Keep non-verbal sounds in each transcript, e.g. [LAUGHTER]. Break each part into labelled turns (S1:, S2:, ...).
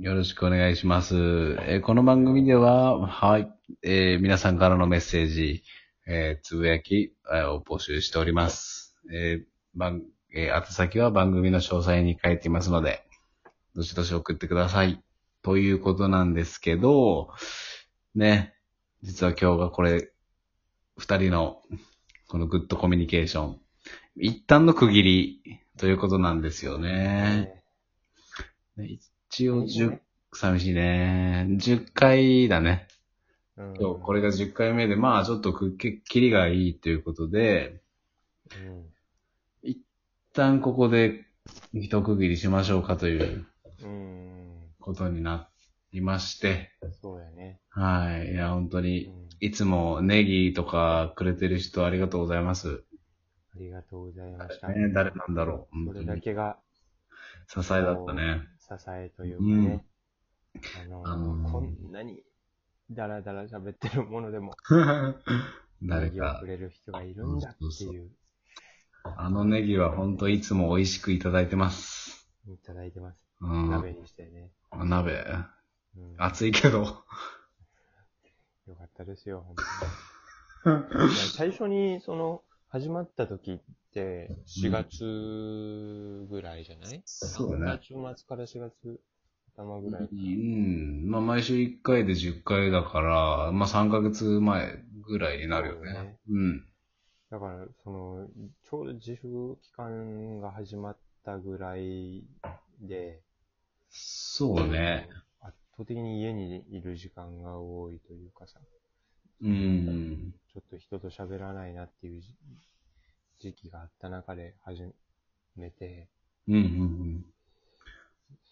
S1: よろしくお願いします。えーこの番組では、はい、えー皆さんからのメッセージ、えーつぶやきえーを募集しております。えー、番、えー、宛先は番組の詳細に書いていますので、どしどし送ってください。ということなんですけど、ね、実は今日がこれ、二人の、このグッドコミュニケーション、一旦の区切り、ということなんですよね。ね一応10、寂しいね。10回だね。
S2: うん
S1: 今日これが10回目で、まあちょっとくっききりがいいということで、
S2: うん
S1: 一旦ここで一区切りしましょうかという
S2: うん。
S1: ことになりまして、
S2: そうやね。
S1: はい。いや、本当
S2: う
S1: に、
S2: ん
S1: いつもネギとかくれてる人ありがとうございます。
S2: ありがとうございました。
S1: ね、誰なんだろう。
S2: こ
S1: 本当
S2: れだ
S1: に。
S2: けが
S1: 支えだったね。 [LAUGHS]
S2: 支えというかね。あ
S1: あの
S2: の、
S1: ー
S2: こんなにダラダラ喋ってるものでも、
S1: 誰
S2: 勇気を
S1: か
S2: く。れる人がいるんだっていう、
S1: あのネギは本当いつも美味しくいただいてます。
S2: いただいてます。
S1: うん。
S2: 鍋にしてね。
S1: あ鍋。
S2: うん
S1: 暑いけど。
S2: よかったですよ、本
S1: [LAUGHS]
S2: 当に。いや最初に、その、始まった時って、4月ぐらいじゃない、
S1: そうだ
S2: 3
S1: ね。
S2: 月末から4月頭ぐらい。
S1: うん。まあ、毎週1回で10回だから、まあ、3ヶ月前ぐらいになるよ
S2: そうだ
S1: ね
S2: ね。
S1: うん。
S2: だから、その、ちょうど自粛期間が始まったぐらいで、
S1: そうね。
S2: 圧倒的に家にいる時間が多いというかさ、
S1: うん。
S2: ちょっと人と喋らないなっていう時時期があった中で始めて、
S1: うんうん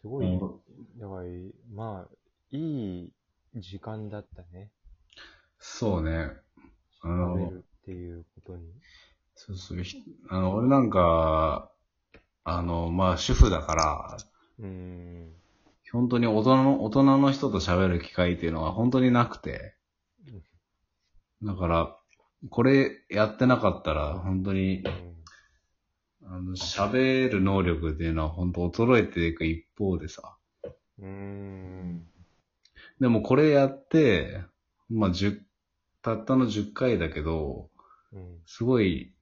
S2: すご
S1: う
S2: い、
S1: ん。
S2: だから、まあ、いい時間だったね。
S1: そうね。あの
S2: 喋るっていうことに。
S1: そうそう。ひあの、俺なんか、あの、まあ、主婦だから、
S2: うーん。
S1: 本当に大人の、大人の人と喋る機会っていうのは本当になくて。だから、これやってなかったら、本当に
S2: うん
S1: あの、喋る能力っていうのは本当衰えていく一方でさ。
S2: うーん。
S1: でもこれやって、まあ、10、たったの10回だけど、
S2: うん。
S1: すごい、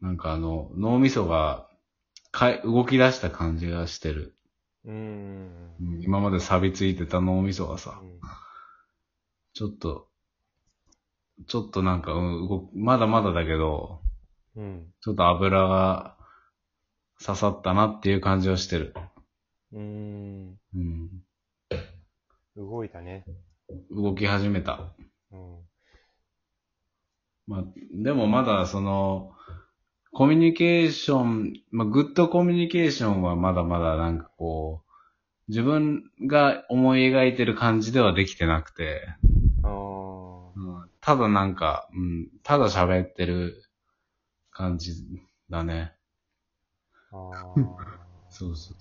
S1: なんかあの、脳みそが、かい、動き出した感じがしてる。
S2: うーん。
S1: うん今まで錆びついてた脳みそがさ
S2: う、ん
S1: ちょっと、ちょっとなんか、うん、動く、まだまだだけど、
S2: うん。
S1: ちょっと油が刺さったなっていう感じはしてる。
S2: うーん。
S1: うん。
S2: 動いたね。
S1: 動き始めた。
S2: うん。
S1: まあ、でもまだその、コミュニケーション、まあ、グッドコミュニケーションはまだまだなんかこう、自分が思い描いてる感じではできてなくて、
S2: ああ。
S1: うん、ただなんか、うん、ただ喋ってる感じだね。
S2: ああ。
S1: そうそ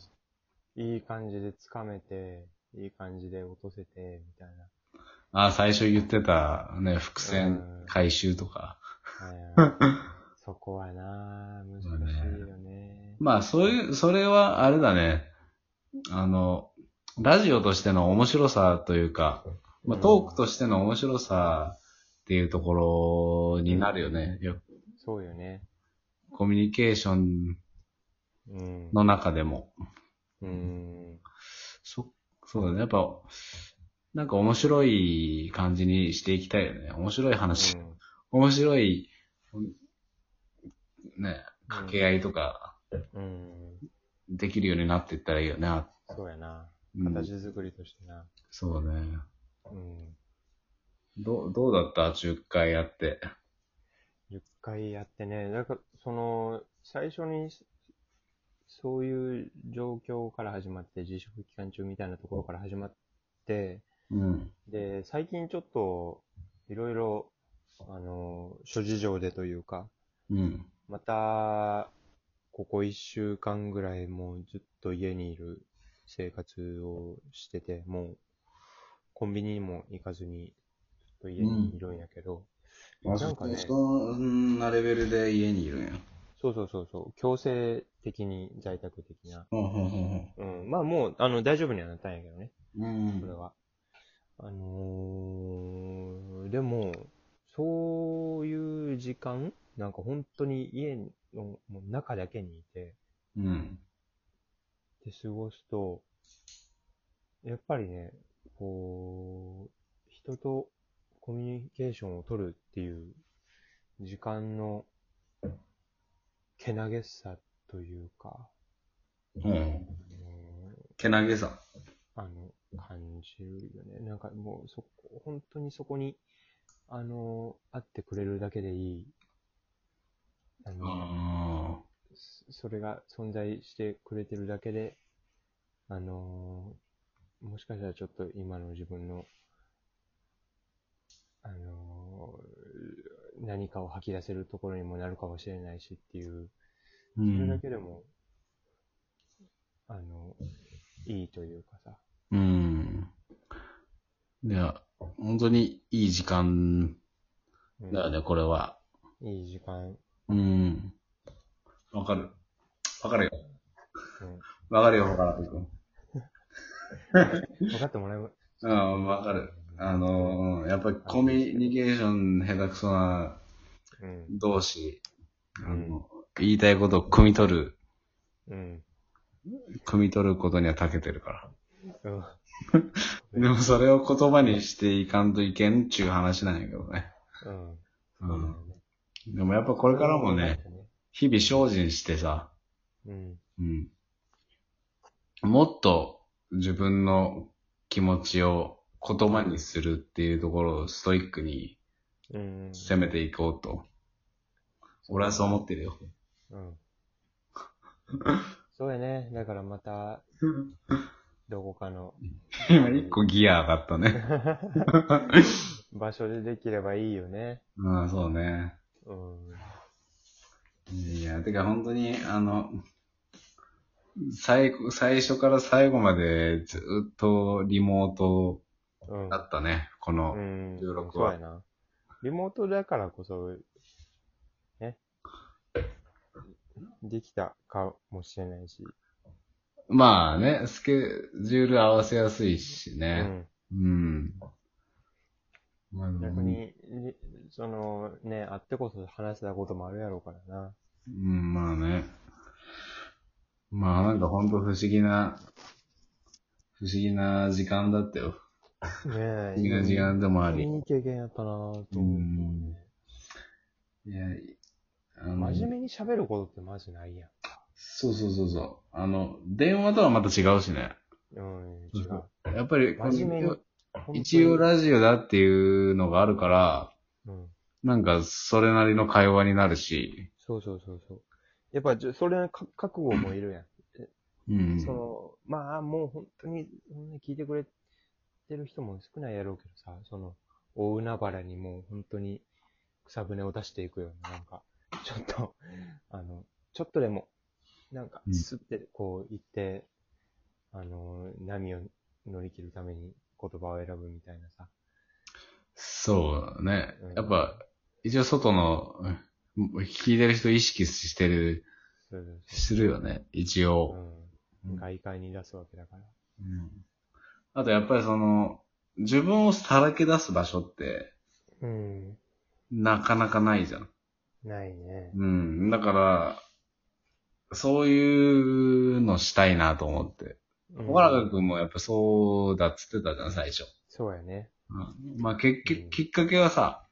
S1: う
S2: いい感じでつかめて、いい感じで落とせて、みたいな。
S1: あ、最初言ってたね、伏
S2: うん
S1: 線回収とか。
S2: はいはいそこはな、難しいよね。
S1: まあそういう、それはあれだね。あの、ラジオとしての面白さというか、まあ、トークとしての面白さっていうところになるよね。よ
S2: そうよね。
S1: コミュニケーション
S2: うん。
S1: の中でも。
S2: うん。
S1: そ、そうだね。やっぱ、なんか面白い感じにしていきたいよね。面白い話。
S2: うん
S1: 面白い、ね、掛け合いとか
S2: うん。
S1: できるようになっていったらいいよね。あ
S2: そうやな。
S1: うん
S2: 形作りとしてな。
S1: そうだね。
S2: うん。
S1: どう、どうだった ?10 回やって。
S2: 10回やってね、だから、その、最初に、そういう状況から始まって、自粛期間中みたいなところから始まって、
S1: うん。
S2: で、最近ちょっと、いろいろ、あの、諸事情でというか、
S1: うん。
S2: また、ここ1週間ぐらいもうずっと家にいる生活をしてて、もう、コンビニにも行かずに、ずっと家にいるんやけど、なんかね
S1: そんなレベルで家にいるんや。
S2: そうそうそうそう、強制的に在宅的な。
S1: うん、うん、
S2: うん。まあもう、あの、大丈夫にはなったんやけどね、
S1: うん。
S2: それは。あのー、でも、そういう時間なんか本当に家のもう中だけにいて、
S1: うん。
S2: で過ごすと、やっぱりね、こう、人とコミュニケーションを取るっていう時間のけなげさというか、
S1: うん。
S2: うん
S1: けなげさ。
S2: あの、感じるよね。なんかもう、そこ、本当にそこに、あの、会ってくれるだけでいい。あ
S1: う
S2: の、
S1: ん。
S2: そそれが存在してくれてるだけで、あのーもしかしたらちょっと今の自分の、あのー何かを吐き出せるところにもなるかもしれないしっていう、
S1: う
S2: それだ
S1: ん。
S2: けでも、あの、いいというかさ。
S1: うん。いや、本当にいい時間
S2: うん
S1: だよね、これは。
S2: いい時間。
S1: うん。わかる。わかるよ。
S2: うん
S1: わかるよ、ほら。うん
S2: 分かってもらえま
S1: うん、わかる。あの、うんやっぱりコミュニケーション下手くそな
S2: うん。
S1: 同士、あの、言いたいことを汲み取る、
S2: うん。
S1: 汲み取ることには長けてるから。
S2: うん。
S1: でもそれを言葉にしていかんといけんっちゅう話なんやけどね。
S2: うん。
S1: うん。でもやっぱこれからもね、日々精進してさ、
S2: うん。
S1: うん。もっと自分の気持ちを言葉にするっていうところをストイックに
S2: うん。
S1: 攻めていこうと。俺はそう思ってるよ。
S2: うん。そうやね。だからまた、どこ
S1: [LAUGHS]
S2: かの
S1: [LAUGHS] 今一個ギア上がったね。
S2: 場所でできればいいよね。
S1: うん、そうね。
S2: うん。
S1: いや、てか本当に、あの、最後、最初から最後までずっとリモート
S2: うん
S1: だ。ったね。この、
S2: うん。
S1: 16は
S2: そうやな。リモートだからこそ、ね。できたかもしれないし。
S1: まあね、スケジュール合わせやすいし
S2: う
S1: ね。
S2: ん。
S1: うん。まあで
S2: 逆
S1: も
S2: に、りそのね、あってこそ話せたこともあるやろうからな。
S1: うん、まあね。まあなんか本当不思議な、不思議な時間だったよ。 [LAUGHS] 不思
S2: ね
S1: 議な時間でもあり。
S2: いい経験やったなぁと思うね。
S1: いや、あの
S2: 真面目に喋ることってマジないやん。
S1: そうそうそうそう。あの、電話とはまた違うしね。
S2: うん、違。
S1: そうやっぱり、この
S2: 真面目に本当に
S1: 一応ラジオだっていうのがあるから、
S2: うん。
S1: なんかそれなりの会話になるし。
S2: そうそうそうそう。やっぱじゅ、それはか覚悟もいるやん。
S1: うん。
S2: その、まあ、もう本当に、そんな聞いてくれてる人も少ないやろうけどさ、その、大海原にもう本当に草舟を出していくような、なんか、ちょっと、 [LAUGHS] あの、ちょっとでも、なんか
S1: う、ん
S2: すってこう行って、あの、波を乗り切るために言葉を選ぶみたいなさ。
S1: そうだね
S2: うん。
S1: やっぱ、一応外の、うん聞いてる人意識してる、
S2: そうそうそ
S1: するよね。一
S2: う
S1: 応。
S2: う。
S1: うんん
S2: 外界に出すわけだから。
S1: うんあとやっぱりその、自分をさらけ出す場所って、
S2: うん。
S1: なかなかないじゃん。
S2: ないね。
S1: うん。だから、そういうのしたいなと思って。
S2: うん
S1: 小原くんもやっぱそうだっつってたじゃん、最初。
S2: そうやね。
S1: うん、まあ、結
S2: う
S1: 局、
S2: ん
S1: きっかけはさ、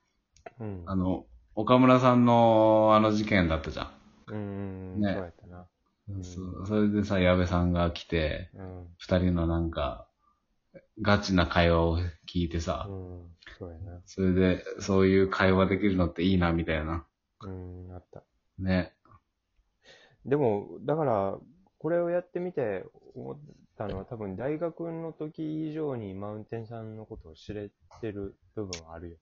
S2: うん。
S1: あの、岡村さんのあの事件だったじゃ
S2: うん。
S1: ね
S2: そうやったな。うん
S1: ん。そうそれでさ、矢部さんが来て、
S2: うん。
S1: 二人のなんか、ガチな会話を聞いてさ
S2: う、ん、そうやな。
S1: それで、そういう会話できるのっていいな、みたいな。
S2: うん、あった。
S1: ね。
S2: でも、だから、これをやってみて思ったのは多分大学の時以上にマウンテンさんのことを知れてる部分はあるよ。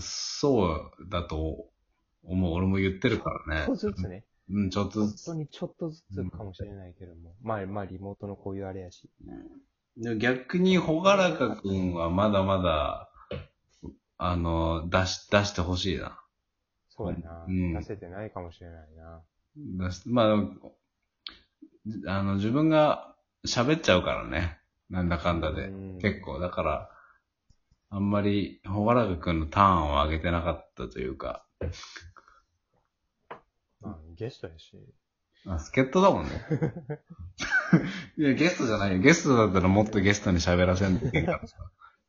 S1: そうだと思う。俺も言ってるからね
S2: ちょっ。とずつね。
S1: うん、ちょっと
S2: 本
S1: ずつ
S2: 当にちょっとずつかもしれないけども。まあまあリモートのこういうあれやし。
S1: でも逆に、ほがらかくんはまだまだ、あの、出し、出してほしいな。
S2: そうやな。
S1: うん
S2: 出せてないかもしれないな。
S1: だしまあでも、あの、自分が喋っちゃうからね。なんだかんだで。
S2: うん
S1: 結構、だから、あんまり、ほがらかくんのターンを上げてなかったというか、
S2: まあ、ゲストやし。
S1: あ、助っ人だ
S2: [LAUGHS]
S1: もんね。いや、ゲストじゃないよ。ゲストだったらもっとゲストに喋らせんといけんからさ。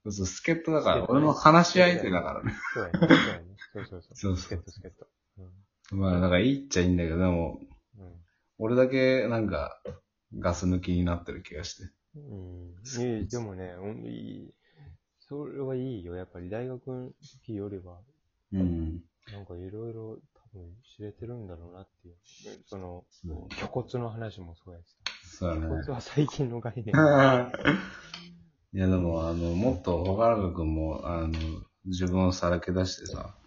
S1: そうそう、助っ人だから、俺の話し相手だからね。
S2: そうや
S1: [LAUGHS]
S2: ね。そうやね。そうそうそう。
S1: そう
S2: スケ
S1: そ
S2: ッ
S1: う
S2: ト。スケット。うん。
S1: まあ、だからいいっちゃいいんだけど、でも、俺だけなんか、ガス抜きになってる気がして。
S2: うん。うん。いやでもね、ほんといい。それはいいよ。やっぱり大学の時よりは、
S1: うん。
S2: なんかいろいろ多分知れてるんだろうなっていう。その、
S1: そう
S2: 虚骨の話もそうやし。
S1: そうだね
S2: 虚。
S1: [LAUGHS]
S2: 骨は最近の概念。
S1: いや、でも、あの、もっと、ほがらかくんも、あの、自分をさらけ出してさ、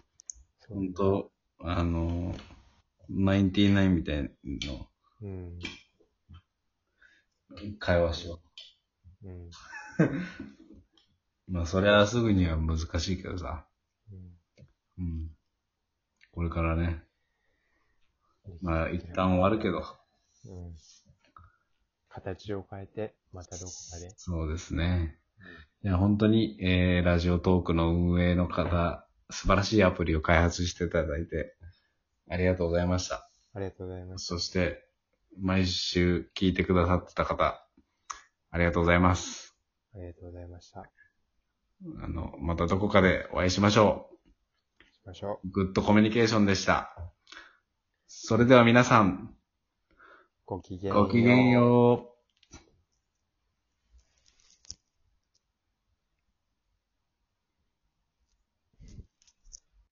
S2: そ
S1: ほん
S2: う。
S1: と、あの、ナインティナインみたいな
S2: うん。
S1: 会話しよ
S2: うん。
S1: う。まあ、それはすぐには難しいけどさ、
S2: うん
S1: うん。これからね、まあ、一旦終わるけど、
S2: うん。形を変えて、またどこかで。
S1: そうですね。いや、本当に、えー、ラジオトークの運営の方、素晴らしいアプリを開発していただいて、ありがとうございました。
S2: ありがとうございます。
S1: そして、毎週聞いてくださってた方、ありがとうございます。
S2: ありがとうございました。し
S1: あの、またどこかでお会いしましょ
S2: ましょう。
S1: う。グッドコミュニケーションでした。それでは皆さん、
S2: ごきげんよう。
S1: ごきげんよう。